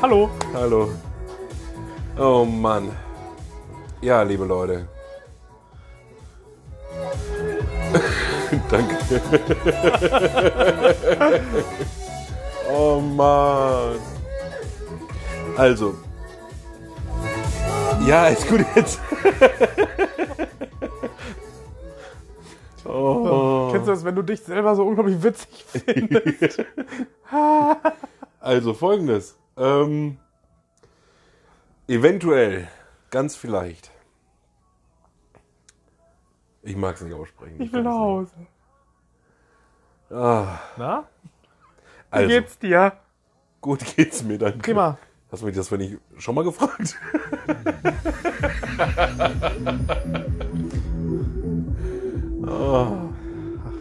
Hallo. Hallo. Oh Mann. Ja, liebe Leute. Danke. oh Mann. Also. Ja, ist gut jetzt. oh. Kennst du das, wenn du dich selber so unglaublich witzig findest? Also folgendes. Ähm, eventuell, ganz vielleicht. Ich mag es nicht aussprechen. Ich kann will nach es Hause. nicht. Ah, Na? Wie also, geht's dir? gut geht's mir dann. Prima. Hast du mich das wenn ich schon mal gefragt?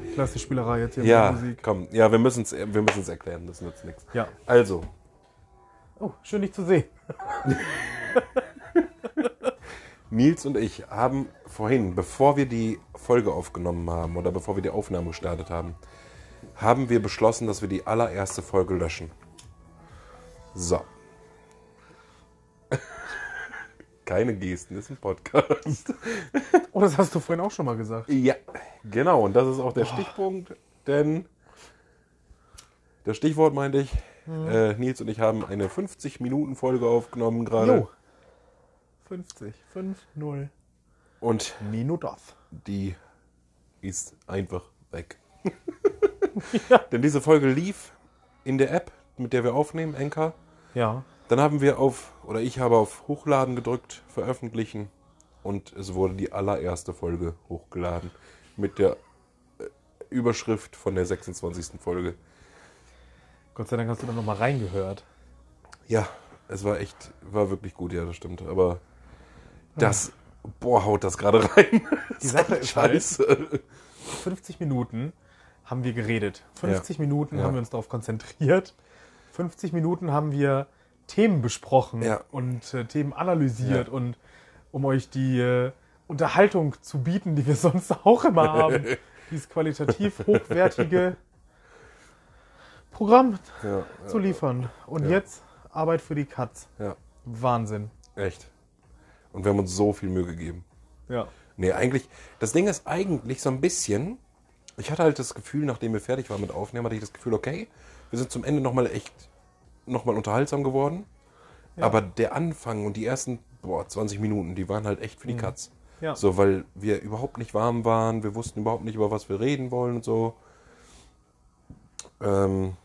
Ich lasse die Spielerei jetzt hier Ja, mit der Musik. komm. Ja, wir müssen es wir müssen's erklären, das nützt nichts. Ja. Also, Oh, schön dich zu sehen. Nils und ich haben vorhin, bevor wir die Folge aufgenommen haben oder bevor wir die Aufnahme gestartet haben, haben wir beschlossen, dass wir die allererste Folge löschen. So. Keine Gesten, ist ein Podcast. Oh, das hast du vorhin auch schon mal gesagt. Ja, genau. Und das ist auch der Stichpunkt, denn das Stichwort meinte ich. Äh, Nils und ich haben eine 50-Minuten-Folge aufgenommen gerade. Jo. 50, 5, 0. Und Minutov. die ist einfach weg. Denn diese Folge lief in der App, mit der wir aufnehmen, Enka. Ja. Dann haben wir auf, oder ich habe auf Hochladen gedrückt, veröffentlichen. Und es wurde die allererste Folge hochgeladen. Mit der äh, Überschrift von der 26. Folge. Gott sei Dank hast du da nochmal reingehört. Ja, es war echt, war wirklich gut, ja, das stimmt. Aber das, boah, haut das gerade rein. Die Sache ist halt- scheiße. 50 Minuten haben wir geredet. 50 Minuten Ja. haben wir uns darauf konzentriert. 50 Minuten haben wir Themen besprochen Ja. und äh, Themen analysiert und um euch die äh, Unterhaltung zu bieten, die wir sonst auch immer haben. Dieses qualitativ hochwertige Programm Ja, zu liefern. Und Ja. jetzt Arbeit für die Katz. ja, Wahnsinn. echt. Und wir haben uns so viel Mühe gegeben. Ja. Nee, eigentlich, das Ding ist eigentlich so ein bisschen, ich hatte halt das Gefühl, nachdem wir fertig waren mit Aufnehmen, hatte ich das Gefühl, okay, wir sind zum Ende nochmal echt, nochmal unterhaltsam geworden. Aber der Anfang und die ersten, boah, 20 Minuten, die waren halt echt für die Katz. Ja. So, weil wir überhaupt nicht warm waren, wir wussten überhaupt nicht, über was wir reden wollen und so. Ähm,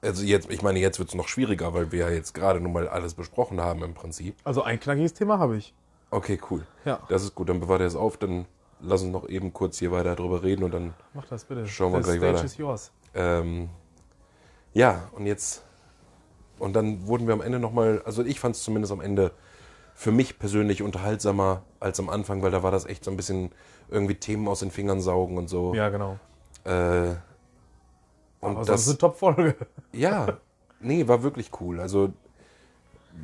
also jetzt, ich meine, jetzt wird es noch schwieriger, weil wir ja jetzt gerade nun mal alles besprochen haben im Prinzip. Also ein knackiges Thema habe ich. Okay, cool. Ja. Das ist gut, dann bewahrt er es auf, dann lass uns noch eben kurz hier weiter drüber reden und dann, Mach das bitte. Schauen wir gleich The stage weiter. is yours. ähm, ja, und jetzt, und dann wurden wir am Ende nochmal, also ich fand es zumindest am Ende für mich persönlich unterhaltsamer als am Anfang, weil da war das echt so ein bisschen irgendwie Themen aus den Fingern saugen und so. Ja, genau. Äh, und Aber das das, ist eine Top-Folge. ja, nee, war wirklich cool. Also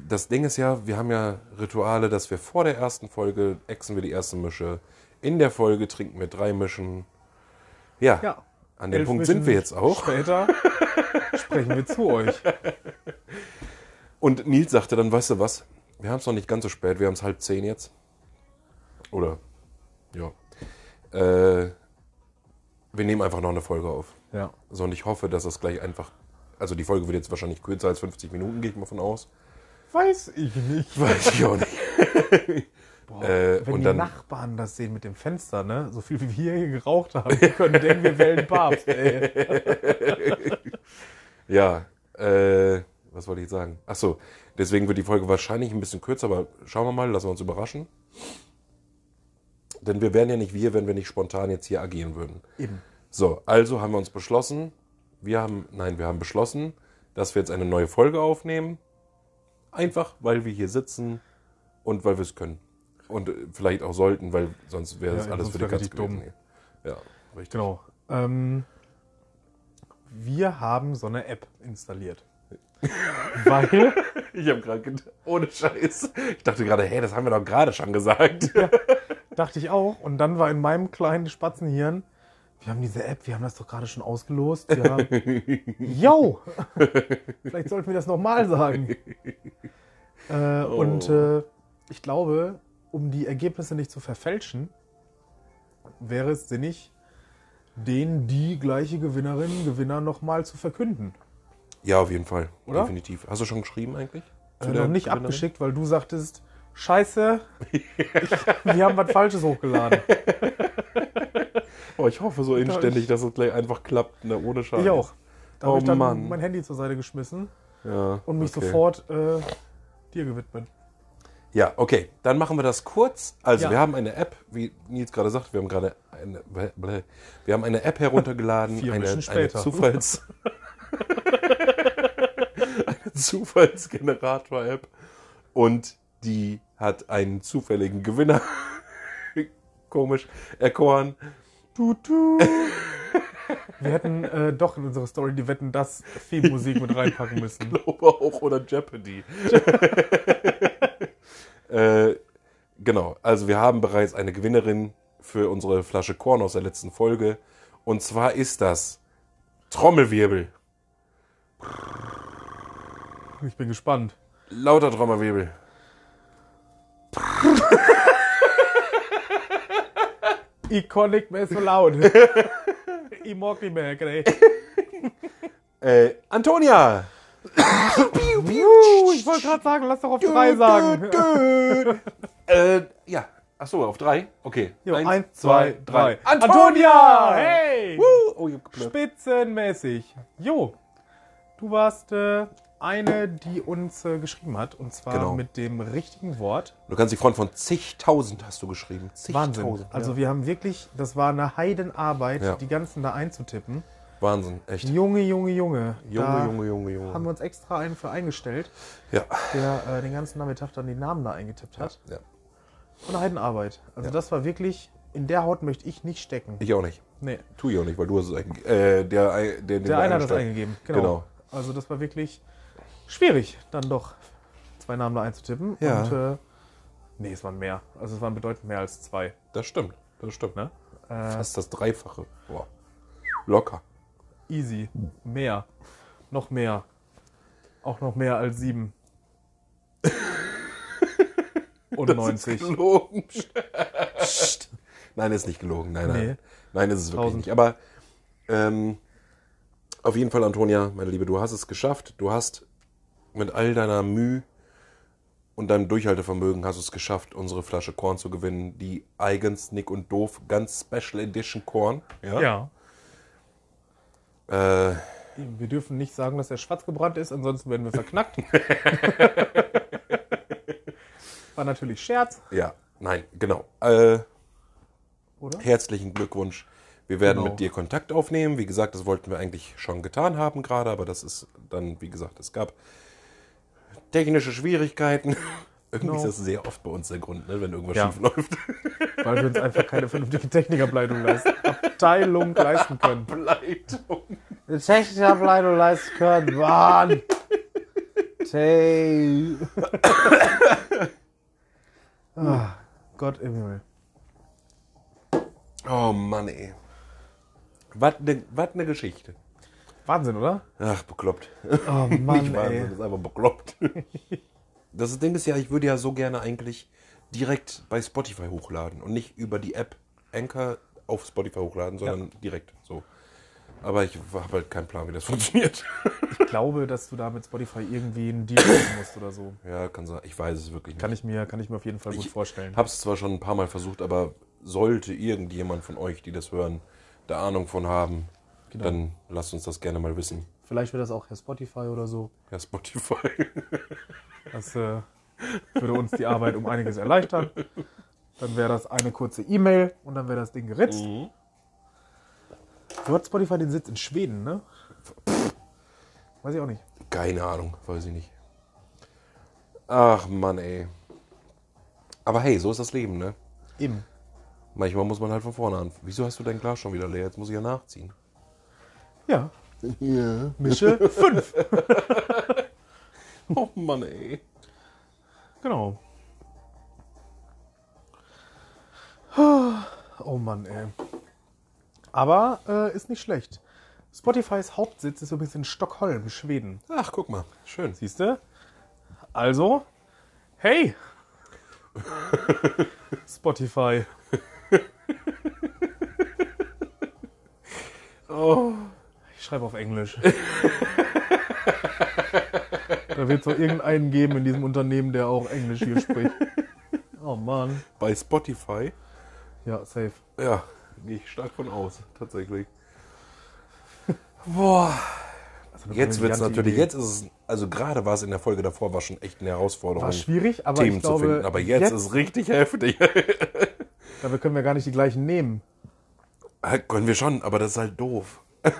das Ding ist ja, wir haben ja Rituale, dass wir vor der ersten Folge exen wir die erste Mische, in der Folge trinken wir drei Mischen. Ja, Ja. an dem Elf Punkt Mischen sind wir jetzt auch. Später sprechen wir zu euch. Und Nils sagte dann, weißt du was, wir haben es noch nicht ganz so spät, wir haben es halb zehn jetzt. Oder, ja. Äh, wir nehmen einfach noch eine Folge auf. Ja. So, und ich hoffe, dass das gleich einfach, also die Folge wird jetzt wahrscheinlich kürzer als 50 Minuten, gehe ich mal von aus. Weiß ich nicht. Weiß ich auch nicht. Boah, Äh, wenn und die dann- Nachbarn das sehen mit dem Fenster, ne? So viel wie wir hier geraucht haben, die können denken, wir wählen Papst. Ey. Ja, äh, was wollte ich jetzt sagen? Ach so, deswegen wird die Folge wahrscheinlich ein bisschen kürzer, aber schauen wir mal, lassen wir uns überraschen. Denn wir wären ja nicht wir, wenn wir nicht spontan jetzt hier agieren würden. Eben. So, also haben wir uns beschlossen, wir haben, nein, wir haben beschlossen, dass wir jetzt eine neue Folge aufnehmen. Einfach, weil wir hier sitzen und weil wir es können. Und äh, vielleicht auch sollten, weil sonst wäre Ja, das alles sonst für die wäre Katze richtig dumm. gewesen. hier. Ja, richtig. Genau. Ähm, wir haben so eine App installiert. Weil Ich habe gerade gedacht, ohne Scheiß. Ich dachte gerade, hey, das haben wir doch gerade schon gesagt. Dachte ich auch. Und dann war in meinem kleinen Spatzenhirn, Wir haben diese App, wir haben das doch gerade schon ausgelost. Wir haben. Yo! Vielleicht sollten wir das nochmal sagen. Äh, Oh. Und äh, ich glaube, um die Ergebnisse nicht zu verfälschen, wäre es sinnig, den die gleiche Gewinnerin, Gewinner nochmal zu verkünden. Ja, auf jeden Fall. Oder? Definitiv. Hast du schon geschrieben eigentlich? Äh, der noch nicht Gewinnerin? abgeschickt, weil du sagtest, Scheiße, ich, wir haben was Falsches hochgeladen. Oh, ich hoffe so inständig, dass es gleich einfach klappt, ne? ohne Scheiß. Ich auch. Da habe Oh ich dann Mann. mein Handy zur Seite geschmissen Ja, und mich okay. sofort äh, dir gewidmet. Ja, okay. Dann machen wir das kurz. Also, Ja. wir haben eine App, wie Nils gerade sagt, wir haben gerade eine, blä, blä. wir haben eine App heruntergeladen, Vier eine, Menschen eine später. Zufalls eine Zufallsgenerator-App und die hat einen zufälligen Gewinner komisch erkoren. Tutu. Wir hätten äh, doch in unsere Story die Wetten, dass Fee-Musik mit reinpacken müssen. glaube auch, oder Jeopardy. äh, genau, also wir haben bereits eine Gewinnerin für unsere Flasche Korn aus der letzten Folge. Und zwar ist das Trommelwirbel. Ich bin gespannt. Lauter Trommelwirbel. Iconic mehr so laut. Ich mag nicht mehr, ey. Äh, Antonia! Juhu, Oh, Ich wollte gerade sagen, lass doch auf drei sagen. äh, ja. Achso, auf drei? Okay. Jo, eins, zwei, drei. Antonia! Hey! Woo! Oh, ich hab geblöd. Spitzenmäßig. Jo, du warst äh, eine, die uns äh, geschrieben hat. Und zwar Genau. mit dem richtigen Wort. Du kannst dich freuen, von zigtausend hast du geschrieben. Zigtausend. Wahnsinn. Also wir haben wirklich, das war eine Heidenarbeit, Ja. die ganzen da einzutippen. Wahnsinn, echt. Junge, Junge, Junge. Junge, da Junge, Junge, Junge. haben wir uns extra einen für eingestellt, ja. der äh, den ganzen Nachmittag dann die Namen da eingetippt hat. ja. Und eine Heidenarbeit. Also das war wirklich, in der Haut möchte ich nicht stecken. Ich auch nicht. nee. Tu ich auch nicht, weil du hast es eigentlich. Äh, der, ei- den, den wir Der eine hat das eingestellt- eingegeben. Genau. Genau. Also das war wirklich schwierig, dann doch zwei Namen da einzutippen. Ja. Und, äh, nee, es waren mehr. Also es waren bedeutend mehr als zwei. Das stimmt. Das stimmt. Ne? Äh, Fast das Dreifache. Boah. Locker. easy. Mehr. Noch mehr. Auch noch mehr als sieben. Und 90. gelogen. Psst. nein, ist nicht gelogen. Nein, nein. Nee. Nein, ist es wirklich Tausend. nicht. Aber ähm, auf jeden Fall, Antonia, meine Liebe, du hast es geschafft. Du hast mit all deiner Mühe und deinem Durchhaltevermögen hast du es geschafft, unsere Flasche Korn zu gewinnen. Die eigens Nick und Doof ganz Special Edition Korn. Ja. Äh, Wir dürfen nicht sagen, dass er schwarz gebrannt ist, ansonsten werden wir verknackt. War natürlich Scherz, ja, nein, genau. Äh, oder? herzlichen Glückwunsch. Wir werden Genau. mit dir Kontakt aufnehmen. Wie gesagt, das wollten wir eigentlich schon getan haben gerade, aber das ist dann, wie gesagt, es gab technische Schwierigkeiten. Irgendwie Genau. ist das sehr oft bei uns der Grund, ne, wenn irgendwas Ja. schief läuft. Weil wir uns einfach keine vernünftige Technikableitung leisten, Abteilung leisten können. Leitung. Eine Technikableitung leisten können, Mann! Tay. ah, Gott im Himmel. Oh Mann, ey. Was ne, was ne Geschichte. Wahnsinn, oder? Ach, bekloppt. Oh Mann, Nicht Wahnsinn, das ist einfach bekloppt. Das Ding ist ja, ich würde ja so gerne eigentlich direkt bei Spotify hochladen und nicht über die App Anchor auf Spotify hochladen, sondern direkt so. Aber ich habe halt keinen Plan, wie das funktioniert. Ich glaube, dass du da mit Spotify irgendwie einen Deal machen musst oder so. Ja, kann sein. Ich weiß es wirklich nicht. Kann ich mir, kann ich mir auf jeden Fall gut Ich vorstellen. habe es zwar schon ein paar Mal versucht, aber sollte irgendjemand von euch, die das hören, da Ahnung von haben, Genau. dann lasst uns das gerne mal wissen. Vielleicht wird das auch Herr Spotify oder so. Ja, Spotify. Das äh, würde uns die Arbeit um einiges erleichtern. Dann wäre das eine kurze E-Mail und dann wäre das Ding geritzt. Du hat Spotify den Sitz in Schweden, ne? Weiß ich auch nicht. Keine Ahnung, weiß ich nicht. Ach Mann, ey. Aber hey, so ist das Leben, ne? Eben. Manchmal muss man halt von vorne anfangen. Wieso hast du dein Glas schon wieder leer? Jetzt muss ich ja nachziehen. Ja. Ja. Mische 5. Oh Mann, ey. Genau. Oh Mann, ey. Aber äh, ist nicht schlecht. Spotifys Hauptsitz ist übrigens in Stockholm, Schweden. Ach, guck mal. Schön. Siehst du? Also, hey! Spotify. Oh. Ich schreibe auf Englisch. da wird es doch irgendeinen geben in diesem Unternehmen, der auch Englisch hier spricht. Oh Mann. Bei Spotify, Ja, safe. ja, gehe ich stark von aus, tatsächlich. Boah. Jetzt wird es Brillante natürlich, Idee. jetzt ist es, also gerade war es in der Folge davor, war schon echt eine Herausforderung, War schwierig, aber Um Themen ich glaube, zu finden. Aber jetzt, ist es richtig heftig. dabei können wir gar nicht die gleichen nehmen. Äh, Können wir schon, aber das ist halt doof.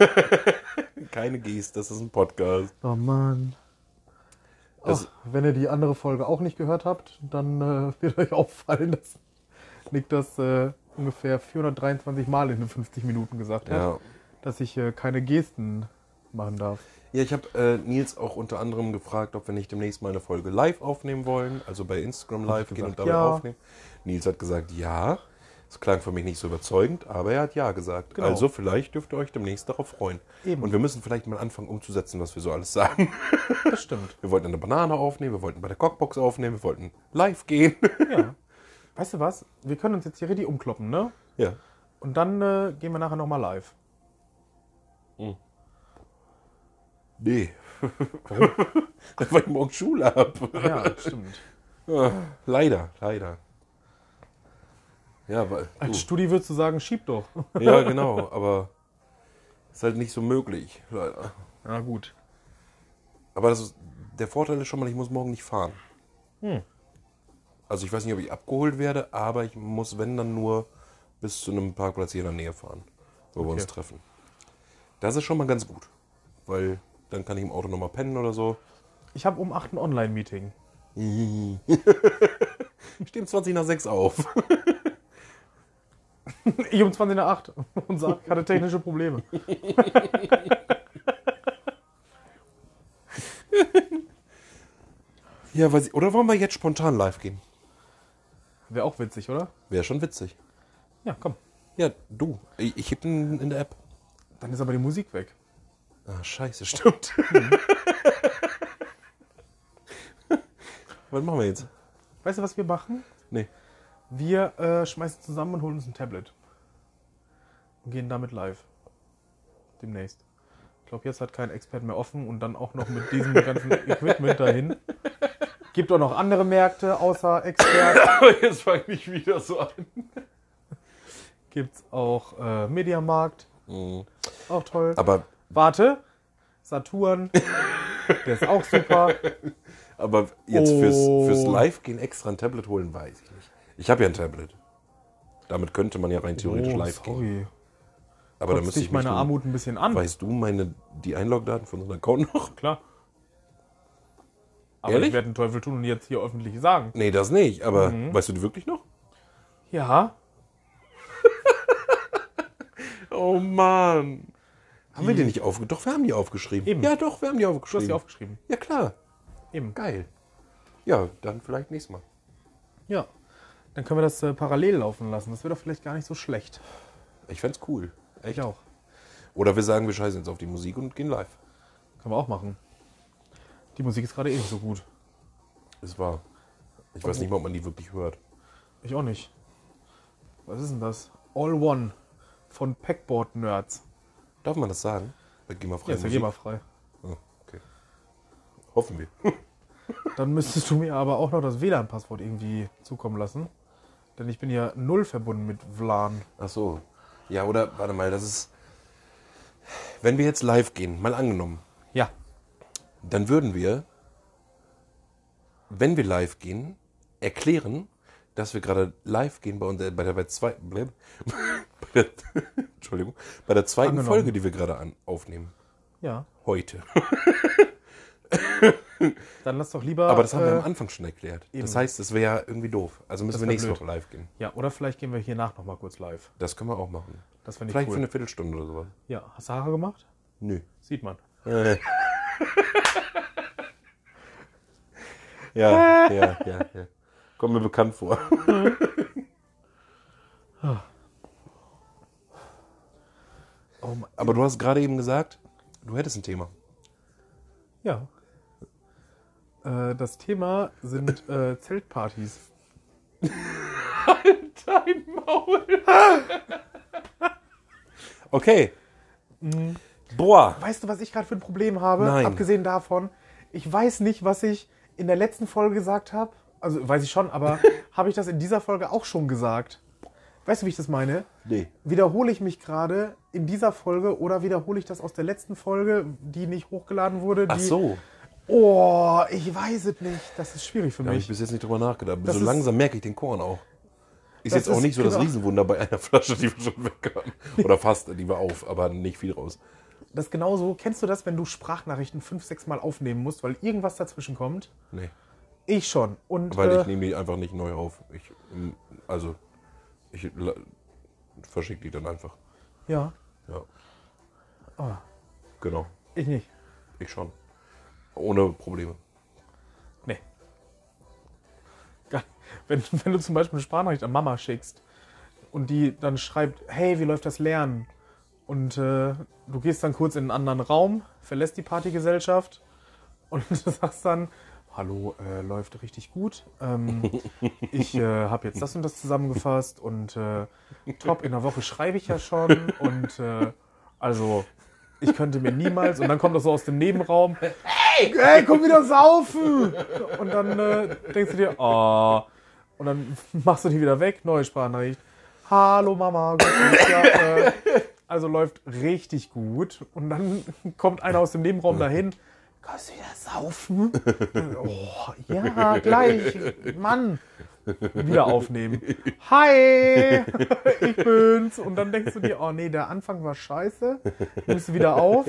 Keine Gieß, das ist ein Podcast. Oh Mann. Ach, Das- wenn ihr die andere Folge auch nicht gehört habt, dann äh, wird euch auffallen, dass Nick das äh, ungefähr 423 Mal in den 50 Minuten gesagt hat, Ja. dass ich äh, keine Gesten machen darf. Ja, ich habe äh, Nils auch unter anderem gefragt, ob wir nicht demnächst mal eine Folge live aufnehmen wollen, also bei Instagram live gehen und gesagt, dabei ja. aufnehmen. Nils hat gesagt, ja. Das klang für mich nicht so überzeugend, aber er hat ja gesagt. Genau. Also vielleicht dürft ihr euch demnächst darauf freuen. Eben. Und wir müssen vielleicht mal anfangen umzusetzen, was wir so alles sagen. Das stimmt. Wir wollten eine Banane aufnehmen, wir wollten bei der Cockbox aufnehmen, wir wollten live gehen. Ja. Weißt du was? Wir können uns jetzt hier richtig umkloppen, ne? ja. Und dann äh, gehen wir nachher nochmal live. Nee. Weil ich morgen Schule habe. Ja, stimmt. Leider, leider. Ja, weil. Als Studi würdest du sagen, schieb doch. Ja, genau, aber ist halt nicht so möglich, leider. Ja, gut. Aber das ist, der Vorteil ist schon mal, ich muss morgen nicht fahren. Also ich weiß nicht, ob ich abgeholt werde, aber ich muss, wenn dann nur, bis zu einem Parkplatz hier in der Nähe fahren, wo wir uns Okay. treffen. Das ist schon mal ganz gut, weil dann kann ich im Auto nochmal pennen oder so. Ich habe um 8 ein Online-Meeting. Ich stehe um 20 nach 6 auf. Ich um 20 nach 8 und sag, ich hatte technische Probleme. Ja, weiß ich, oder wollen wir jetzt spontan live gehen? Wäre auch witzig, oder? Wäre schon witzig. Ja, komm. Ja, du, ich, ich heb ihn in der App. Dann ist aber die Musik weg. Ah, scheiße, stimmt. Was machen wir jetzt? Weißt du, was wir machen? Nee. Wir äh, schmeißen zusammen und holen uns ein Tablet. Und gehen damit live. Demnächst. Ich glaube, jetzt hat kein Expert mehr offen und dann auch noch mit diesem ganzen Equipment dahin. Gibt auch noch andere Märkte außer Expert. Jetzt fange ich wieder so an. Gibt's auch äh, Mediamarkt. Mhm. Auch toll. Aber, Warte. Saturn. Der ist auch super. aber jetzt fürs, Oh. fürs Live-Gehen extra ein Tablet holen, weiß ich nicht. Ich habe ja ein Tablet. Damit könnte man ja rein theoretisch oh, live gehen. sorry. Aber da Kotzt müsste dich ich meine mich- Armut ein bisschen an. Weißt du meine, die Einlogdaten von so einem Account noch? Klar. Aber Ehrlich? ich werde den Teufel tun und jetzt hier öffentlich sagen. Nee, das nicht. Aber Mhm. weißt du die wirklich noch? Ja. Oh Mann. Haben wir die nicht aufgeschrieben? Doch, wir haben die aufgeschrieben. Eben. Ja, doch, wir haben die Du hast aufgeschrieben. sie aufgeschrieben. ja, klar. Eben. Geil. Ja, dann vielleicht nächstes Mal. Ja. Dann können wir das äh, parallel laufen lassen. Das wäre doch vielleicht gar nicht so schlecht. Ich fänd's cool. Ich auch. Oder wir sagen, wir scheißen jetzt auf die Musik und gehen live. Können wir auch machen. Die Musik ist gerade eh nicht so gut. Ist wahr. Ich weiß nicht mal, ob man die wirklich hört. Ich auch nicht. Was ist denn das? All One von Packboard Nerds. Darf man das sagen? Äh, Bei GEMA frei. Ja, ist ja Musik? GEMA frei. Oh, okay. Hoffen wir. Dann müsstest du mir aber auch noch das WLAN-Passwort irgendwie zukommen lassen. Denn ich bin ja null verbunden mit VLAN. Ach so. Ja, oder warte mal, das ist. Wenn wir jetzt live gehen, mal angenommen, Ja. dann würden wir, wenn wir live gehen, erklären, dass wir gerade live gehen bei, unser, bei der, bei zwei, blä- bei der, Entschuldigung, bei der zweiten Angenommen. Folge, die wir gerade an, aufnehmen. Ja. Heute. Dann lass doch lieber. Aber das haben wir äh, am Anfang schon erklärt. eben. Das heißt, es wäre ja irgendwie doof. Also müssen Das wir wär nächste blöd. Woche live gehen. Ja, oder vielleicht gehen wir hier nach nochmal kurz live. Das können wir auch machen. Das fände ich Vielleicht für cool. eine Viertelstunde oder sowas. Ja, hast du Haare gemacht? Nö. Sieht man. Ja, ja, ja, ja. Kommt mir bekannt vor. Oh mein, Aber du hast gerade eben gesagt, du hättest ein Thema. ja. Äh, das Thema sind äh, Zeltpartys. Dein Maul. okay. Boah. Weißt du, was ich gerade für ein Problem habe? Nein. Abgesehen davon, ich weiß nicht, was ich in der letzten Folge gesagt habe. Also weiß ich schon, aber habe ich das in dieser Folge auch schon gesagt? Weißt du, wie ich das meine? Nee. Wiederhole ich mich gerade in dieser Folge oder wiederhole ich das aus der letzten Folge, die nicht hochgeladen wurde? Die, Ach so. Oh, ich weiß es nicht. Das ist schwierig für Da habe ich mich. bis jetzt nicht drüber nachgedacht. Das so ist- langsam merke ich den Korn auch. Ist Das jetzt auch ist nicht so das genau- Riesenwunder bei einer Flasche, die wir schon weg haben. Oder fast, die war auf, aber nicht viel raus. Das ist genauso. Kennst du das, wenn du Sprachnachrichten fünf, sechs Mal aufnehmen musst, weil irgendwas dazwischen kommt? Nee. Ich schon. Und Weil äh, ich nehme die einfach nicht neu auf. Ich, ähm, also, ich la- verschicke die dann einfach. ja, Ja. Ah. Genau. ich nicht. Ich schon. Ohne Probleme. Nee. Gar- Wenn, wenn du zum Beispiel eine Sprachnachricht an Mama schickst und die dann schreibt, hey, wie läuft das Lernen? Und äh, du gehst dann kurz in einen anderen Raum, verlässt die Partygesellschaft und sagst dann, hallo, äh, läuft richtig gut. Ähm, ich äh, habe jetzt das und das zusammengefasst und äh, top, in einer Woche schreibe ich ja schon und äh, also ich könnte mir niemals, und dann kommt das so aus dem Nebenraum, ey, komm wieder saufen! Und dann äh, denkst du dir, oh. Und dann machst du die wieder weg, neue Sprachnachricht. Hallo Mama, gut, ja, äh, also läuft richtig gut. Und dann kommt einer aus dem Nebenraum dahin. Kannst du wieder saufen? Oh, ja, gleich. Mann. Wieder aufnehmen. Hi, ich bin's. Und dann denkst du dir, oh nee, der Anfang war scheiße. Nimmst du wieder auf.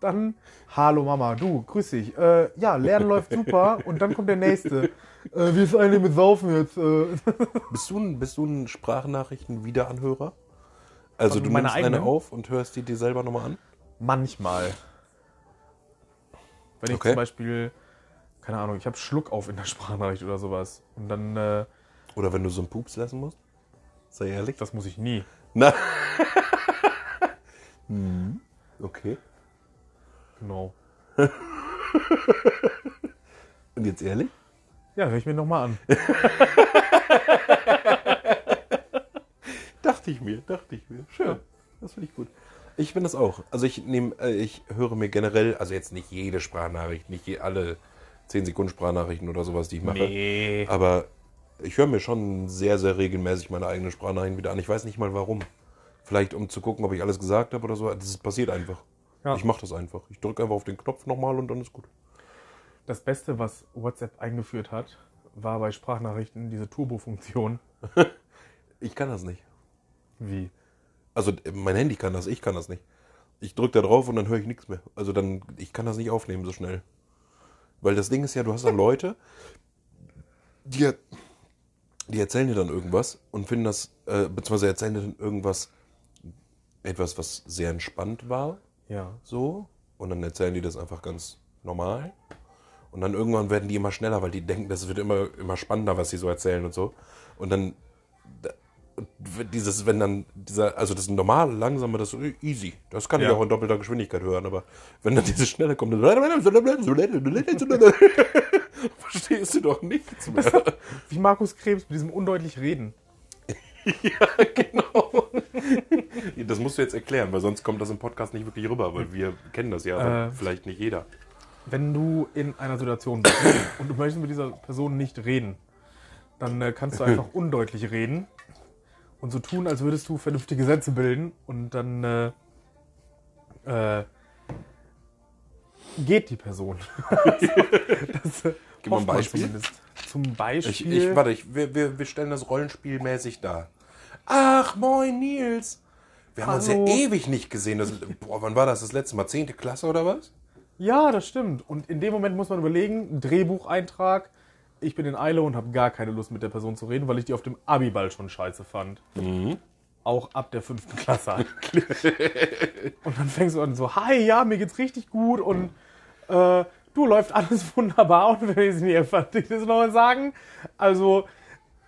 Dann, hallo Mama, du, grüß dich. Äh, ja, Lernen läuft super. Und dann kommt der nächste. Äh, wie ist eigentlich mit Saufen jetzt? Äh, Bist du ein, bist du ein Sprachnachrichten-Wiederanhörer? Also, Von du meiner nimmst eine eigenen? auf und hörst die dir selber nochmal an? Manchmal. Wenn ich Okay. zum Beispiel, keine Ahnung, ich habe Schluck auf in der Sprachnachricht oder sowas. Und dann, äh, Oder wenn du so einen Pups lassen musst? Sei ehrlich. das muss ich nie. Na. Mhm. okay. Genau. Und jetzt ehrlich? Ja, höre ich mir nochmal an. Dachte ich mir, dachte ich mir. Schön. Das finde ich gut. Ich bin das auch. Also ich nehme, äh, ich höre mir generell, also jetzt nicht jede Sprachnachricht, nicht je, alle 10 Sekunden Sprachnachrichten oder sowas, die ich mache. Nee. Aber ich höre mir schon sehr, sehr regelmäßig meine eigene Sprachnachrichten wieder an. Ich weiß nicht mal warum. Vielleicht um zu gucken, ob ich alles gesagt habe oder so. Das ist- passiert einfach. Ja. Ich mache das einfach. Ich drücke einfach auf den Knopf nochmal und dann ist gut. Das Beste, was WhatsApp eingeführt hat, war bei Sprachnachrichten diese Turbo-Funktion. Ich kann das nicht. Wie? Also äh, mein Handy kann das, ich kann das nicht. Ich drücke da drauf und dann höre ich nichts mehr. Also dann, ich kann das nicht aufnehmen so schnell. Weil das Ding ist ja, du hast dann Leute, die, er- die erzählen dir dann irgendwas und finden das, äh, beziehungsweise erzählen dir dann irgendwas, etwas, was sehr entspannt war, Ja. so. Und dann erzählen die das einfach ganz normal. Und dann irgendwann werden die immer schneller, weil die denken, das wird immer, immer spannender, was sie so erzählen und so. Und dann da- und dieses, wenn dann dieser, also das normale, langsame, das ist easy. Das kann ich Ja. auch in doppelter Geschwindigkeit hören, aber wenn dann dieses schnelle kommt, dann verstehst du doch nichts mehr. Wie Markus Krebs mit diesem undeutlich Reden. genau. Das musst du jetzt erklären, weil sonst kommt das im Podcast nicht wirklich rüber, weil wir kennen das ja, aber Äh. vielleicht nicht jeder. Wenn du in einer Situation bist und du möchtest mit dieser Person nicht reden, dann äh, kannst du einfach undeutlich reden und so tun, als würdest du vernünftige Sätze bilden und dann äh, äh, geht die Person. das, äh, Gib mal ein hofft man Beispiel. zumindest. Zum Ich, Beispiel. ich, warte, ich, wir, wir, wir stellen das rollenspielmäßig dar. Ach, moin Nils. Wir haben Hallo. uns ja ewig nicht gesehen. Das, boah, wann war das? Das letzte Mal? Zehnte Klasse oder was? ja, das stimmt. Und in dem Moment muss man überlegen, Drehbucheintrag, ich bin in Eile und habe gar keine Lust mit der Person zu reden, weil ich die auf dem Abiball schon scheiße fand. Auch ab der fünften Klasse eigentlich. und dann fängst du an so, hi, ja, mir geht's richtig gut und äh, du läuft alles wunderbar und wenn ich es mir fertig ist, noch mal sagen. Also,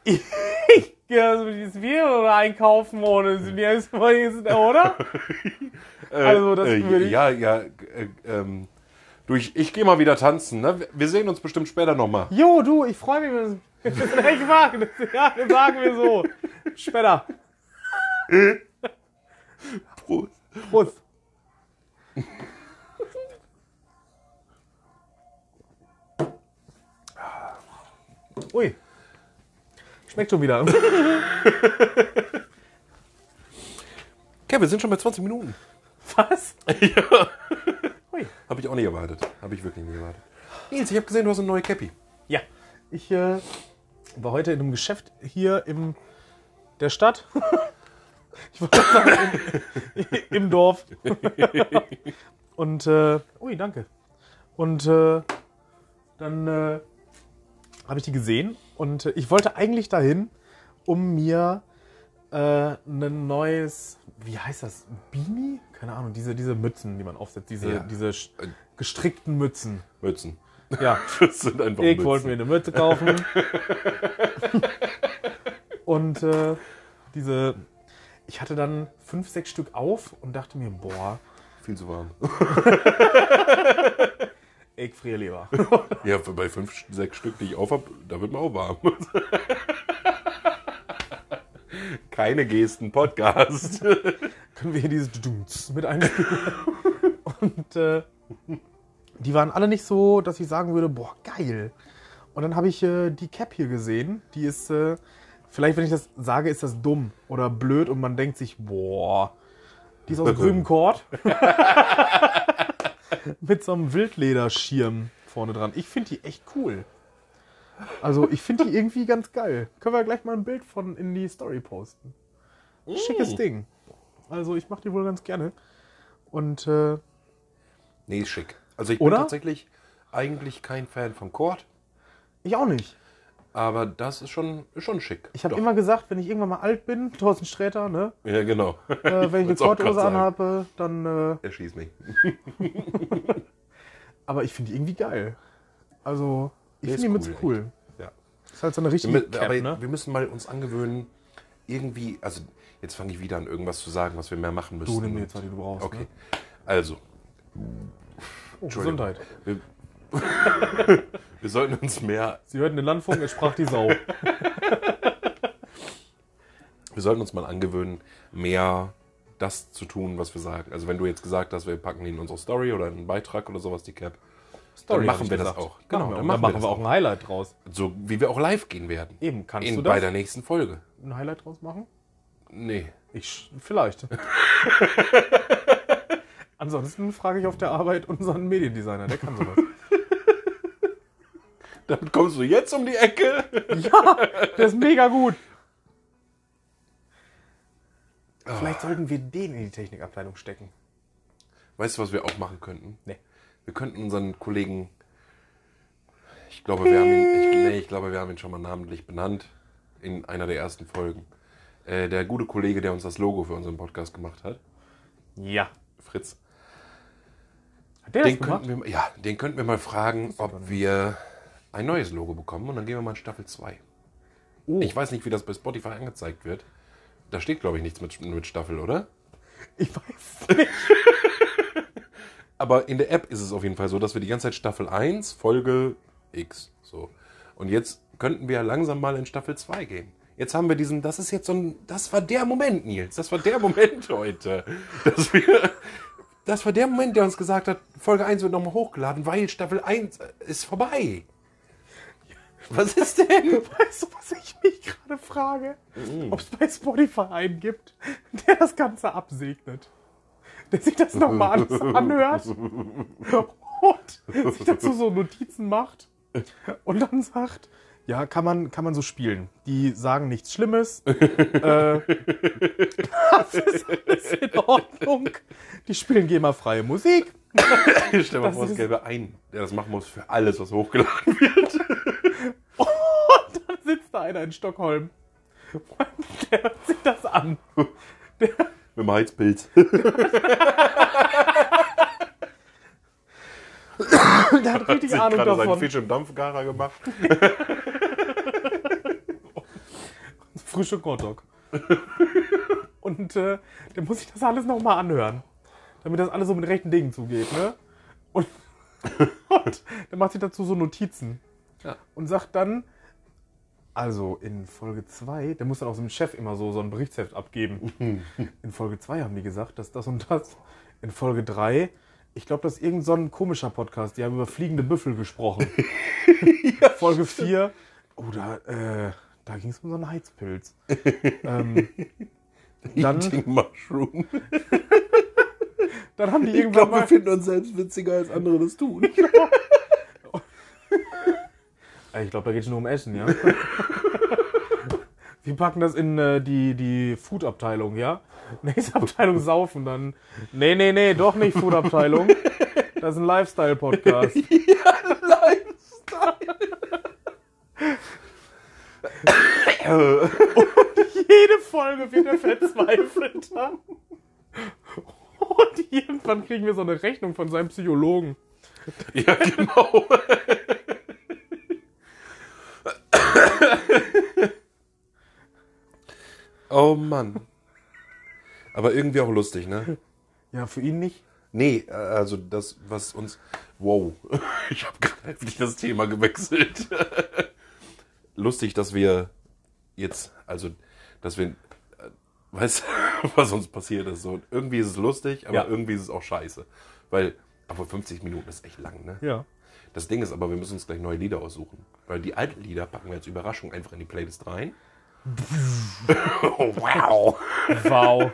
Ich gehe so dieses Bier oder einkaufen ohne es mir ist oder? Also, das äh, würde ich- Ja, ja. Äh, ähm, du, ich, ich gehe mal wieder tanzen. Ne? Wir sehen uns bestimmt später nochmal. Jo, du, ich freue mich, wenn es nicht mag. Das, ja, das sagen wir so. Später. Prost. Prost. Ui. Schmeckt schon wieder. Okay, wir sind schon bei 20 Minuten. Was? Habe ich auch nicht erwartet. Habe ich wirklich nicht erwartet. Nils, ich habe gesehen, du hast eine neue Cappy. Ja. Ich äh, war heute in einem Geschäft hier in der Stadt. Ich wollte gerade sagen, im, im Dorf. Und, äh, ui, danke. Und äh, dann äh, habe ich die gesehen und äh, ich wollte eigentlich dahin, um mir äh, ein neues, wie heißt das, Beanie? Keine Ahnung, diese, diese Mützen, die man aufsetzt, diese, Ja. diese sch- gestrickten Mützen. Mützen. Ja, Das sind einfach ich Mützen. wollte mir eine Mütze kaufen. und äh, diese, ich hatte dann fünf, sechs Stück auf und dachte mir, boah, Viel zu warm. ich friere lieber. Ja, bei fünf, sechs Stück, die ich auf habe, da wird man auch warm. Keine Gesten, Podcast. Können wir hier dieses Dudumts mit einspielen? und äh, die waren alle nicht so, dass ich sagen würde, boah, geil. Und dann habe ich äh, die Cap hier gesehen. Die ist, äh, vielleicht wenn ich das sage, ist das dumm oder blöd und man denkt sich, boah, die ist aus grünem Kord. Mit so einem Wildlederschirm vorne dran. Ich finde die echt cool. Also ich finde die irgendwie ganz geil. Können wir gleich mal ein Bild von in die Story posten. Schickes Ding. Also ich mache die wohl ganz gerne. Und äh, Nee, ist schick. Also ich Oder? bin tatsächlich eigentlich kein Fan von Cord, ich auch nicht. aber das ist schon, ist schon schick. Ich habe Doch. immer gesagt, wenn ich irgendwann mal alt bin, Thorsten Sträter, ne? Ja, genau. Äh, wenn ich eine Wollt's auch grad Korthose sagen. anhabe, dann. Äh, Er schießt mich. aber ich finde die irgendwie geil. Also, ich Nee, ist finde die Mütze cool, cool. Ja. Ist halt so eine Wir, richtige mü- Cap, aber ne? wir müssen mal uns angewöhnen, irgendwie, also jetzt fange ich wieder an, irgendwas zu sagen, was wir mehr machen müssen. nimm dir jetzt, was du brauchst, Okay. ne? Also, Oh, Entschuldigung. Gesundheit. wir, wir sollten uns mehr Sie hörten den Landfunk, es sprach die Sau. wir sollten uns mal angewöhnen, mehr das zu tun, was wir sagen. Also wenn du jetzt gesagt hast, wir packen die in unsere Story oder in einen Beitrag oder sowas, die Cap, Story, machen hab ich wir das gesagt. auch. Genau, machen wir. dann machen, wir, das auch auch. ein Highlight draus. so wie wir auch live gehen werden. Eben, kannst in, du Bei das? der nächsten Folge. Ein Highlight draus machen? Nee. Ich, sch- vielleicht. Ansonsten frage ich auf der Arbeit unseren Mediendesigner, der kann sowas. Damit kommst du jetzt um die Ecke. Ja, der ist mega gut. Vielleicht sollten wir den in die Technikabteilung stecken. Weißt du, was wir auch machen könnten? Nee. Wir könnten unseren Kollegen, ich glaube, wir haben ihn, ich, nee, ich glaube, wir haben ihn schon mal namentlich benannt in einer der ersten Folgen. Äh, der gute Kollege, der uns das Logo für unseren Podcast gemacht hat, Ja. Fritz. Hat der Den das gemacht? könnten, wir, ja, den könnten wir mal fragen, ob wir ein neues Logo bekommen und dann gehen wir mal in Staffel 2. Oh. Ich weiß nicht, wie das bei Spotify angezeigt wird. Da steht, glaube ich, nichts mit, mit Staffel, oder? Ich weiß nicht. Aber in der App ist es auf jeden Fall so, dass wir die ganze Zeit Staffel 1, Folge X. So. Und jetzt könnten wir ja langsam mal in Staffel 2 gehen. Jetzt haben wir diesen, das ist jetzt so ein, das war der Moment, Nils. Das war der Moment heute. Dass wir, das war der Moment, der uns gesagt hat, Folge 1 wird nochmal hochgeladen, weil Staffel 1 ist vorbei. Was ist denn? Weißt du, was ich mich gerade frage? Ob es bei Spotify einen gibt, der das Ganze absegnet. Der sich das nochmal alles anhört und sich dazu so Notizen macht und dann sagt, ja, kann man, kann man so spielen. Die sagen nichts Schlimmes. äh, das ist alles in Ordnung. Die spielen GEMA-freie Musik. Stell dir mal Das vor, es ist- gäbe einen, der das machen muss für alles, was hochgeladen Und dann sitzt da einer in Stockholm. Und der hört sich das an. wird. Mit dem Heizpilz. Der hat richtig Hat Ahnung gerade seinen davon. Fisch im Dampfgarer gemacht. Frühstück Hotdog. Und äh, dann muss ich das alles nochmal anhören. Damit das alles so mit rechten Dingen zugeht, ne? Und, und dann macht sich dazu so Notizen. Ja. Und sagt dann, also in Folge 2, der muss dann auch so dem Chef immer so, so ein Berichtsheft abgeben. In Folge 2 haben die gesagt, dass das und das. In Folge 3, ich glaube, das ist irgendein so ein komischer Podcast. Die haben über fliegende Büffel gesprochen. Folge 4, oh, da, äh, da ging es um so einen Heizpilz. ähm, dann, Eating Mushroom. dann haben die Ich irgendwann glaube, mal... wir finden uns selbst witziger, als andere das tun. Äh, Ich glaube, da geht es nur um Essen, ja. Wir packen das in äh, die, die Food-Abteilung, ja? Nächste Abteilung saufen, dann. Nee, nee, nee, doch nicht Food-Abteilung. Das ist ein Lifestyle-Podcast. Jede Folge wird er verzweifelter. Und irgendwann kriegen wir so eine Rechnung von seinem Psychologen. ja, genau. oh Mann. Aber irgendwie auch lustig, ne? Ja, für ihn nicht. Nee, äh, also das, was uns. Wow. Ich habe gerade heftig das Thema gewechselt. Lustig, dass wir jetzt, also, dass wir. äh, Weißt du, was uns passiert ist? So, irgendwie ist es lustig, aber Ja. irgendwie ist es auch scheiße. Weil, aber 50 Minuten ist echt lang, ne? Ja. Das Ding ist aber, wir müssen uns gleich neue Lieder aussuchen. Weil die alten Lieder packen wir als Überraschung einfach in die Playlist rein. oh, wow. Wow.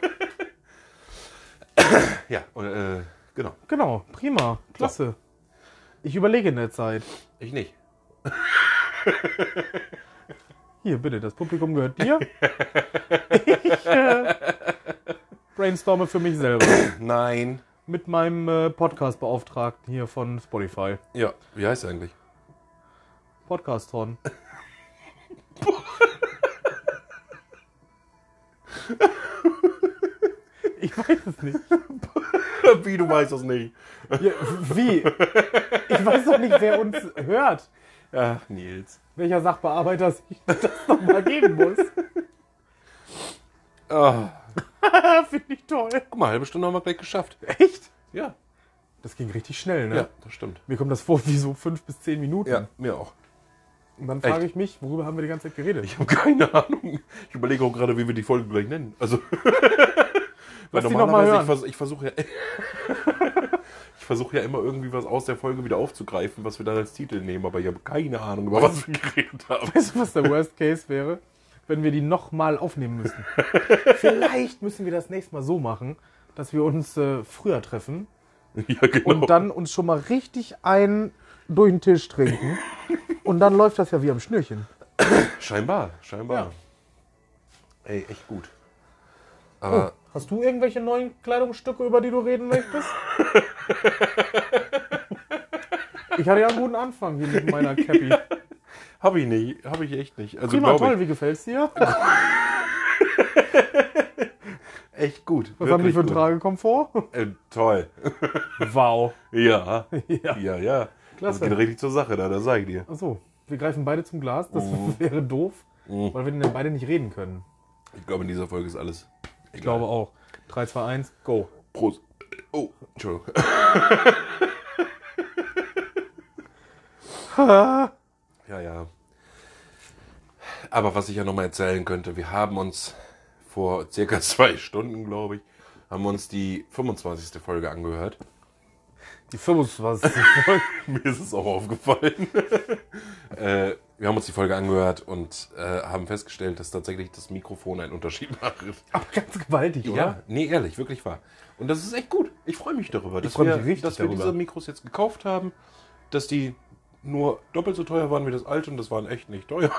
Ja, und, äh, genau. Genau, prima, klasse. Ich überlege in der Zeit. Ich nicht. Hier, bitte, das Publikum gehört dir. Ich äh, brainstorme für mich selber. Nein. Mit meinem äh, Podcast-Beauftragten hier von Spotify. Ja, wie heißt er eigentlich? Podcasthorn. Ich weiß es nicht. Wie, du weißt das nicht? Ja, wie? Ich weiß doch nicht, wer uns hört. Ach, Nils. Welcher Sachbearbeiter sich das nochmal geben muss. Ah, Finde ich toll. guck mal, halbe Stunde haben wir gleich geschafft. Echt? Ja. Das ging richtig schnell, ne? Ja, das stimmt. Hm. Mir kommt das vor wie so fünf bis zehn Minuten. mir auch. Und dann frage Echt? ich mich, worüber haben wir die ganze Zeit geredet? Ich habe keine Ahnung. Ich überlege auch gerade, wie wir die Folge gleich nennen. Also, weil die noch mal normalerweise, hören. ich, vers ich versuche ja, ich versuche ja immer irgendwie was aus der Folge wieder aufzugreifen, was wir dann als Titel nehmen, aber ich habe keine Ahnung, über was wir geredet haben. Weißt du, was der Worst Case wäre? Wenn wir die nochmal aufnehmen müssen. Vielleicht müssen wir das nächste Mal so machen, dass wir uns äh, früher treffen Ja, genau. und dann uns schon mal richtig ein durch den Tisch trinken. Und dann läuft das ja wie am Schnürchen. scheinbar, scheinbar. Ja. Ey, echt gut. Aber Hast du irgendwelche neuen Kleidungsstücke, über die du reden möchtest? Ich hatte ja einen guten Anfang hier mit meiner Cappy. habe ich nicht, habe ich echt nicht. Also Prima, glaube toll, Also ich, Äh, wie gefällt's dir? echt gut. Was haben die für einen Trag? Tragekomfort? Äh, toll. Wow. Ja, Ja. ja, ja. Klasse. Das geht richtig zur Sache da, das sage ich dir. Achso, wir greifen beide zum Glas. Das wäre doof, weil wir dann beide nicht reden können. Ich glaube, in dieser Folge ist alles. Ich glaube auch. 3, 2, 1, go. Prost. Oh, Entschuldigung. ja, ja. Aber was ich ja nochmal erzählen könnte, wir haben uns vor circa zwei Stunden, glaube ich, haben wir uns die 25. Folge angehört. Die 25. Mir ist es auch aufgefallen. äh, wir haben uns die Folge angehört und äh, haben festgestellt, dass tatsächlich das Mikrofon einen Unterschied macht. Aber ganz gewaltig, oder? Ja, nee, ehrlich, wirklich wahr. Und das ist echt gut. Ich freue mich darüber, dass, freu mich wir, richtig dass wir darüber. diese Mikros jetzt gekauft haben, dass die nur doppelt so teuer waren wie das alte und das waren echt nicht teuer.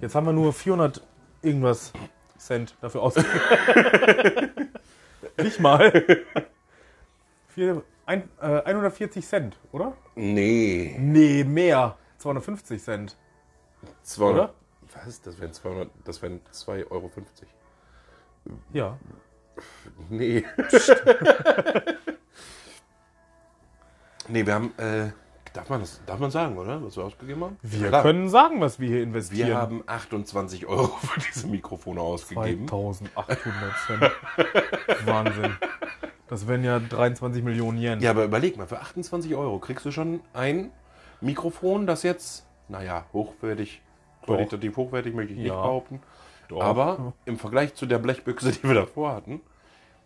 Jetzt haben wir nur 400 irgendwas Cent dafür ausgegeben. nicht mal. Vier, ein, äh, 140 Cent, oder? Nee. Nee, mehr. 250 Cent. 200. Was? Das wären 200, das wären 2,50 Euro. Ja. Nee. nee, wir haben, äh, Darf man das darf man sagen, oder? Was wir ausgegeben haben? Wir Klar. können sagen, was wir hier Wir investieren. haben 28 Euro für diese Mikrofone ausgegeben. 2800 Cent. Wahnsinn. Das wären ja 23 Millionen Yen. Ja, aber überleg mal, für 28 Euro kriegst du schon ein Mikrofon, das jetzt, naja, hochwertig, qualitativ hochwertig möchte ich nicht Ja. behaupten. Aber im Vergleich zu der Blechbüchse, die wir davor hatten,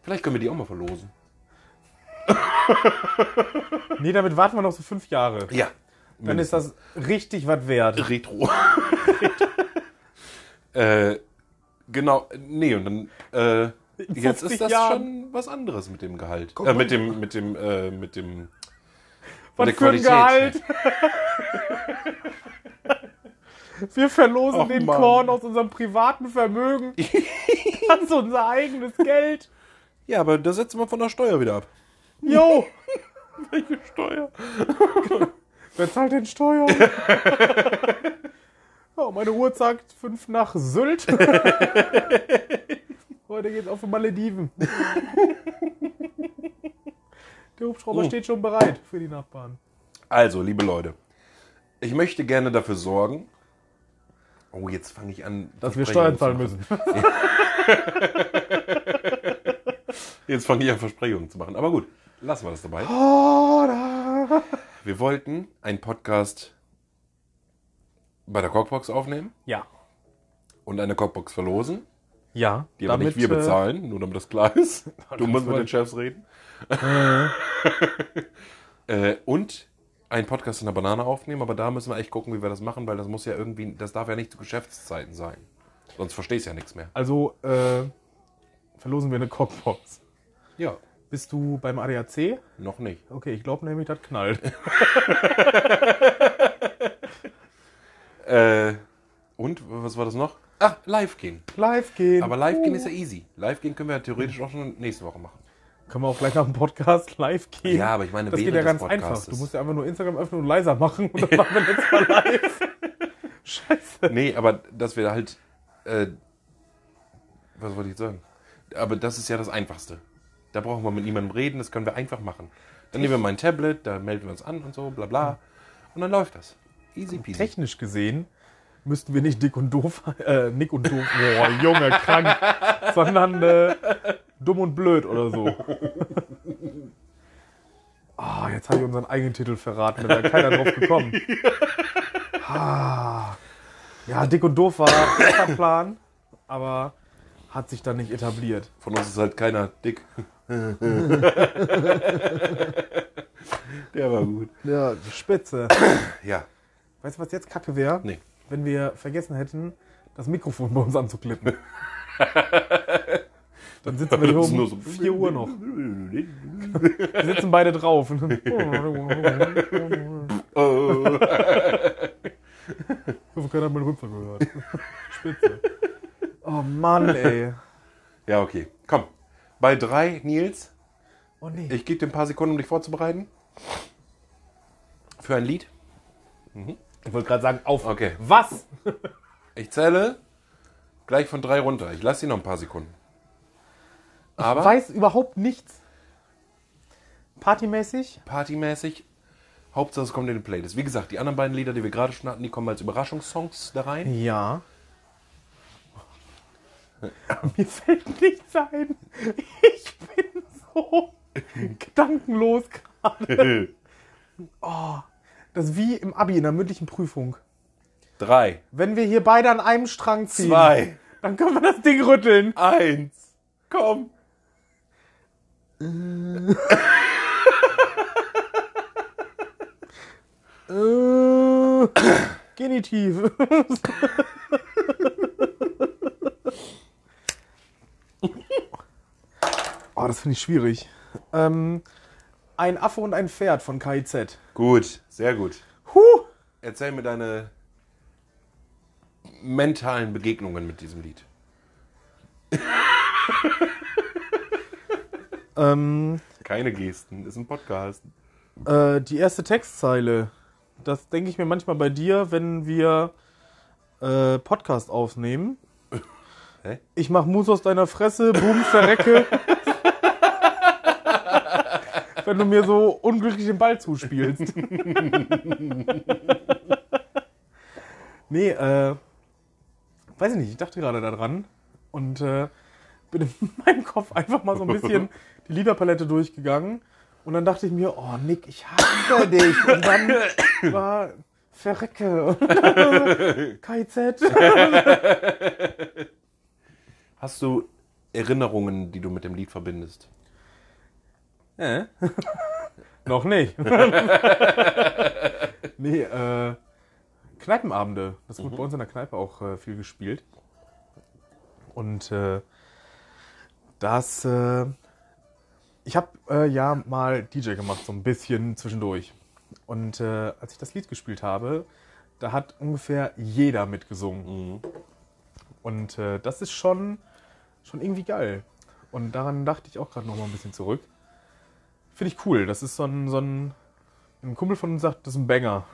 vielleicht können wir die auch mal verlosen. Nee, damit warten wir noch so fünf Jahre. Ja. Dann ist das richtig was wert. Retro. äh, genau, nee, und dann, äh, In jetzt 50 ist das Jahren. schon was anderes mit dem Gehalt. Guck Äh, mal. mit dem, mit dem, äh, mit dem, Was der für ein Qualität. Gehalt. Wir verlosen Och, den Mann. Korn aus unserem privaten Vermögen. Das ist unser eigenes Geld. Ja, aber da setzen wir von der Steuer wieder ab. Jo, Welche Steuer? wer zahlt denn Steuern? Oh, meine Uhr sagt fünf nach Sylt. Heute geht's auf die Malediven. Der Oh. Hubschrauber steht schon bereit für die Nachbarn. Also, liebe Leute, ich möchte gerne dafür sorgen. Oh, jetzt fange ich an. Dass wir Versprechungen Steuern zu zahlen machen. müssen. Jetzt fange ich an, Versprechungen zu machen. Aber gut, lassen wir das dabei. Oh. Wir wollten einen Podcast bei der Cockbox aufnehmen Ja. und eine Cockbox verlosen, Ja. die aber nicht wir äh, bezahlen, nur damit das klar ist. Du musst mit den Chefs reden. äh, und einen Podcast in der Banane aufnehmen, aber da müssen wir echt gucken, wie wir das machen, weil das muss ja irgendwie, das darf ja nicht zu Geschäftszeiten sein. Sonst verstehst du ja nichts mehr. Also äh, verlosen wir eine Cockbox. Ja, Bist du beim ADAC? noch nicht. Okay, ich glaube nämlich, das knallt. Äh, und was war das noch? Ach, live gehen. Live gehen. Aber live gehen ist ja easy. Live gehen können wir ja theoretisch auch schon nächste Woche machen. Können wir auch gleich nach dem Podcast live gehen? Ja, aber ich meine, das geht während ja des ganz einfach. Podcastes. Du musst ja einfach nur Instagram öffnen und leiser machen und dann machen wir jetzt mal live. Scheiße. Nee, aber dass wir halt. Äh, was wollte ich jetzt sagen? Aber das ist ja das Einfachste. Da brauchen wir mit niemandem reden, das können wir einfach machen. Dann nehmen wir mein Tablet, da melden wir uns an und so, bla bla. Und dann läuft das. Easy peasy. Technisch gesehen müssten wir nicht dick und doof, äh, Nick und doof, boah, Junge, krank, sondern äh, dumm und blöd oder so. Ah, jetzt habe ich unseren eigenen Titel verraten, da wäre keiner drauf gekommen. Ah, ja, dick und doof war der Plan, aber hat sich dann nicht etabliert. Von uns ist halt keiner dick. Der war gut. Ja, Spitze. Ja. Weißt du, was jetzt kacke wäre? Nee. Wenn wir vergessen hätten, das Mikrofon bei uns anzuklippen. Dann sitzen wir hier Das ist nur um so- 4 Uhr noch. Wir sitzen beide drauf. Oh. Ich hoffe, keiner hat meinen Rümpfer gehört. Spitze. Oh Mann, ey. Ja, okay. Komm. Bei drei, Nils. Oh nee. Ich gebe dir ein paar Sekunden, um dich vorzubereiten. Für ein Lied. Ich wollte gerade sagen, auf. Okay. Was? Ich zähle gleich von drei runter. Ich lasse dir noch ein paar Sekunden. Ich Aber weiß überhaupt nichts. Partymäßig? partymäßig, Hauptsache es kommt in die Playlist. Wie gesagt, die anderen beiden Lieder, die wir gerade schon hatten, die kommen als Überraschungssongs da rein. Ja. Mir fällt nichts ein. Ich bin so gedankenlos gerade. Oh, Das ist wie im Abi in der mündlichen Prüfung. Drei, Wenn wir hier beide an einem Strang ziehen, zwei, dann können wir das Ding rütteln. eins, komm. Äh, Genitiv. oh, das finde ich schwierig. Ähm, ein Affe und ein Pferd von KIZ. Gut, sehr gut. Huh! Erzähl mir deine mentalen Begegnungen mit diesem Lied. Ähm, Keine Gesten, ist ein Podcast. äh, die erste Textzeile, das denke ich mir manchmal bei dir, wenn wir äh, Podcast aufnehmen. Hä? Ich mach Mus aus deiner Fresse, boom, verrecke. wenn du mir so unglücklich den Ball zuspielst. nee, äh, weiß ich nicht, ich dachte gerade daran und äh, bin in meinem Kopf einfach mal so ein bisschen die Liederpalette durchgegangen und dann dachte ich mir, oh Nick, ich hasse dich. Und dann war Verrecke. KIZ. Hast du Erinnerungen, die du mit dem Lied verbindest? Äh? Noch nicht. nee, äh, Kneipenabende. Das wurde bei uns in der Kneipe auch äh, viel gespielt. Und äh, das, äh, ich habe äh, ja mal DJ gemacht, so ein bisschen zwischendurch. Und äh, als ich das Lied gespielt habe, da hat ungefähr jeder Mhm. mitgesungen. Und äh, das ist schon, schon irgendwie geil. Und daran dachte ich auch gerade noch mal ein bisschen zurück. Finde ich cool. Das ist so ein, so ein, ein Kumpel von uns sagt, das ist ein Banger.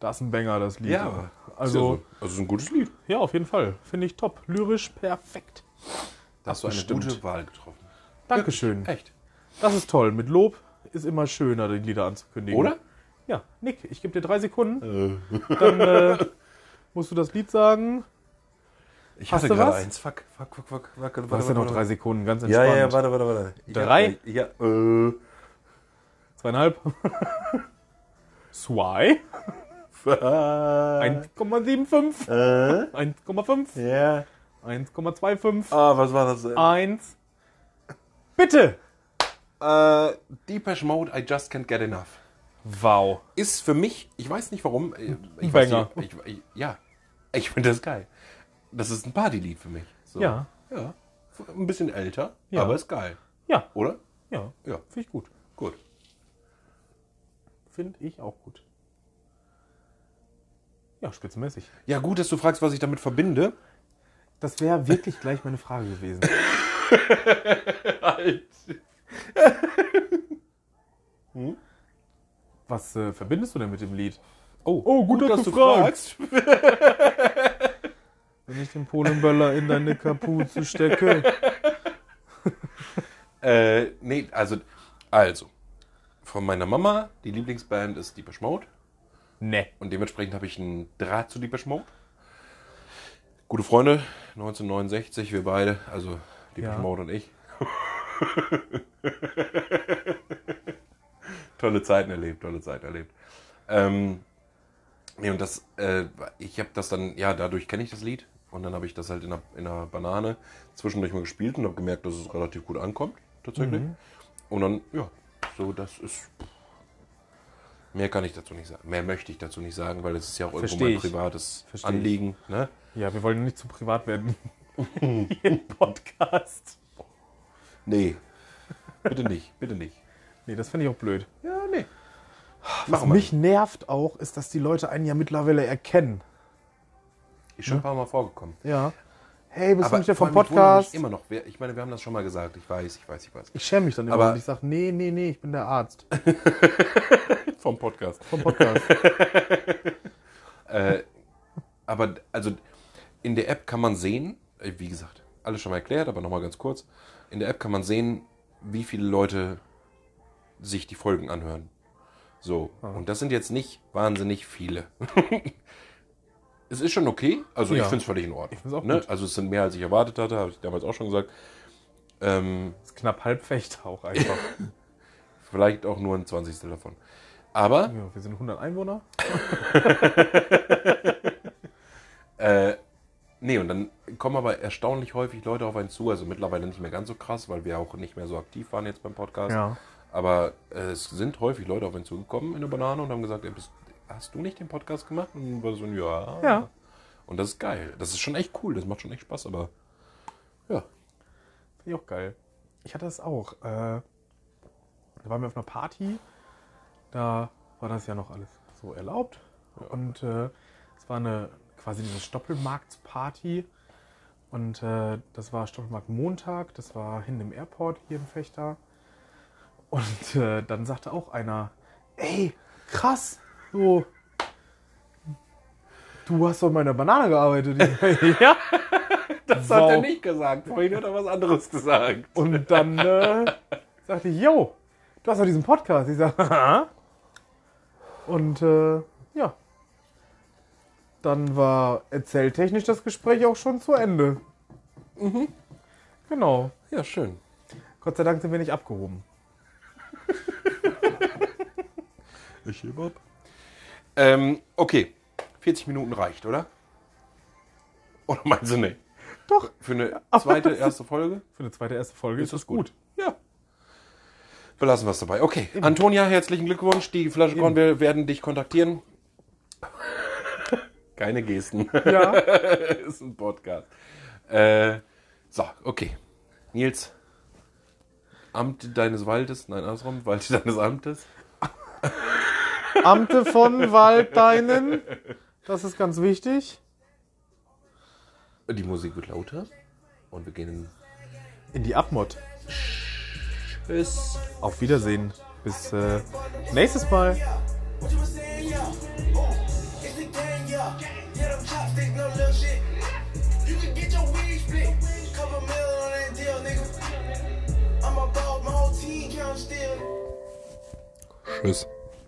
Das ist ein Banger, das Lied. Ja, Also, Ist ja so. also ist ein gutes Lied. ja, auf jeden Fall. Finde ich top. Lyrisch perfekt. Da hast du eine gute Wahl getroffen. Dankeschön. Echt? Das ist toll. Mit Lob ist immer schöner, die Lieder anzukündigen. Oder? Ja, Nick, ich gebe dir drei Sekunden. Dann äh, musst du das Lied sagen. Ich Hast hatte du gerade was? eins. Fuck, fuck, fuck, fuck, fuck. Du hast ja noch drei Sekunden, ganz Ja, entspannt. ja, ja, warte, warte, warte. Ich Drei? Hab, ja, äh, Zweieinhalb. Zwei. Äh. fuck. 1,75. Äh, 1,5. ja. 1,25. Ah, was war das? Eins. Bitte. Äh, Deepesh Mode, I just can't get enough. Wow. Ist für mich, ich weiß nicht warum. äh, Ich weiß Banger. nicht, ich, ich, ja, ich finde das geil. Das ist ein Partylied für mich. So. Ja. Ja. Ein bisschen älter, Ja. aber ist geil. Ja, Oder? ja. Ja. Finde ich gut. Gut. Finde ich auch gut. Ja, spitzenmäßig. Ja, gut, dass du fragst, was ich damit verbinde. Das wäre wirklich gleich meine Frage gewesen. Halt. Hm? Was äh, verbindest du denn mit dem Lied? Oh, gut, dass du fragst. Wenn ich den Polenböller in deine Kapuze stecke. Äh, nee, also, also. Von meiner Mama, die Lieblingsband ist Deepesh Mode. Ne. Und dementsprechend habe ich einen Draht zu Deepesh Mode. Gute Freunde, 1969, wir beide, also Deepesh Ja. Mode und ich. tolle Zeiten erlebt, tolle Zeiten erlebt. Ähm, nee, und das, äh, ich habe das dann, ja, dadurch kenne ich das Lied. Und dann habe ich das halt in einer, in einer Banane zwischendurch mal gespielt und habe gemerkt, dass es relativ gut ankommt, tatsächlich. Und dann, ja, so, das ist. Mehr kann ich dazu nicht sagen. Mehr möchte ich dazu nicht sagen, weil das ist ja auch irgendwo Versteh mein ich. privates Versteh ich. Anliegen. Ne? Ja, wir wollen nicht zu privat werden. Im Podcast. Nee. bitte nicht, bitte nicht. Nee, das fände ich auch blöd. Ja, nee. Was Machen wir. mich nicht. nervt auch, ist, dass die Leute einen ja mittlerweile erkennen. Ist schon ein paar Mal vorgekommen. Ja. Hey, bist du nicht der vor vom allem, ich wundere mich Podcast? Immer noch. Wir- Ich meine, wir haben das schon mal gesagt. Ich weiß, ich weiß, ich weiß. Ich schäme mich dann immer Aber- und ich sage, nee, nee, nee, ich bin der Arzt Vom Podcast. vom Podcast. Äh, aber also in der App kann man sehen, äh, wie gesagt, alles schon mal erklärt, aber nochmal ganz kurz. In der App kann man sehen, wie viele Leute sich die Folgen anhören. So. Ah. Und das sind jetzt nicht wahnsinnig viele. es ist schon okay. Also ich Ja. finde es völlig in Ordnung. find's auch gut. Also es sind mehr, als ich erwartet hatte, habe ich damals auch schon gesagt. Ähm, Das ist knapp halb fecht auch einfach. vielleicht auch nur ein Zwanzigstel davon. Aber Ja, wir sind 100 Einwohner. Äh, nee, und dann kommen aber erstaunlich häufig Leute auf einen zu. Also mittlerweile nicht mehr ganz so krass, weil wir auch nicht mehr so aktiv waren jetzt beim Podcast. Aber äh, es sind häufig Leute auf einen zugekommen in der Banane und haben gesagt, ey, bist, hast du nicht den Podcast gemacht? Und war so ein Ja. Ja. Und das ist geil. Das ist schon echt cool. Das macht schon echt Spaß. Aber ja, Finde ich auch geil. Ich hatte das auch. Äh, da waren wir auf einer Party. Da war das ja noch alles so erlaubt. Und äh, es war eine quasi eine Stoppelmarktsparty. Und äh, das war Stoppelmarkt Montag. Das war hinten im Airport hier im Fechter. Und äh, dann sagte auch einer, ey, krass, so, du hast doch mal in der Banane gearbeitet. ja, das nicht gesagt. Vorhin hat er was anderes gesagt. und dann äh, Sagte ich, yo, du hast doch diesen Podcast. Ich sage, haha. Und äh, ja. Dann war erzähltechnisch das Gespräch auch schon zu Ende. Mhm. Genau. Ja, schön. Gott sei Dank sind wir nicht abgehoben. Ich heb ab. Ähm, okay. 40 Minuten reicht, oder? Oder meinst du nicht? Doch. Für eine Aber zweite, das- erste Folge? Für eine zweite erste Folge ist das gut. Ja. Belassen wir es dabei. Okay. Antonia, herzlichen Glückwunsch. Die Flasche Korn, wir werden dich kontaktieren. Keine Gesten. Ja. ist ein Podcast. Äh, so, okay. Nils, Amt deines Waldes, nein, andersrum, Wald deines Amtes. Amte von Walddeinen. Das ist ganz wichtig. Die Musik wird lauter und wir gehen In die Abmod. in Tschüss. Auf Wiedersehen. Bis äh, nächstes Mal. What you was saying, yo? Oh, it's the gang, yo. Yeah, them chopsticks, no little shit. You can get your wings split. Couple mil on that deal, nigga. I'm about my whole team count still. Tschüss.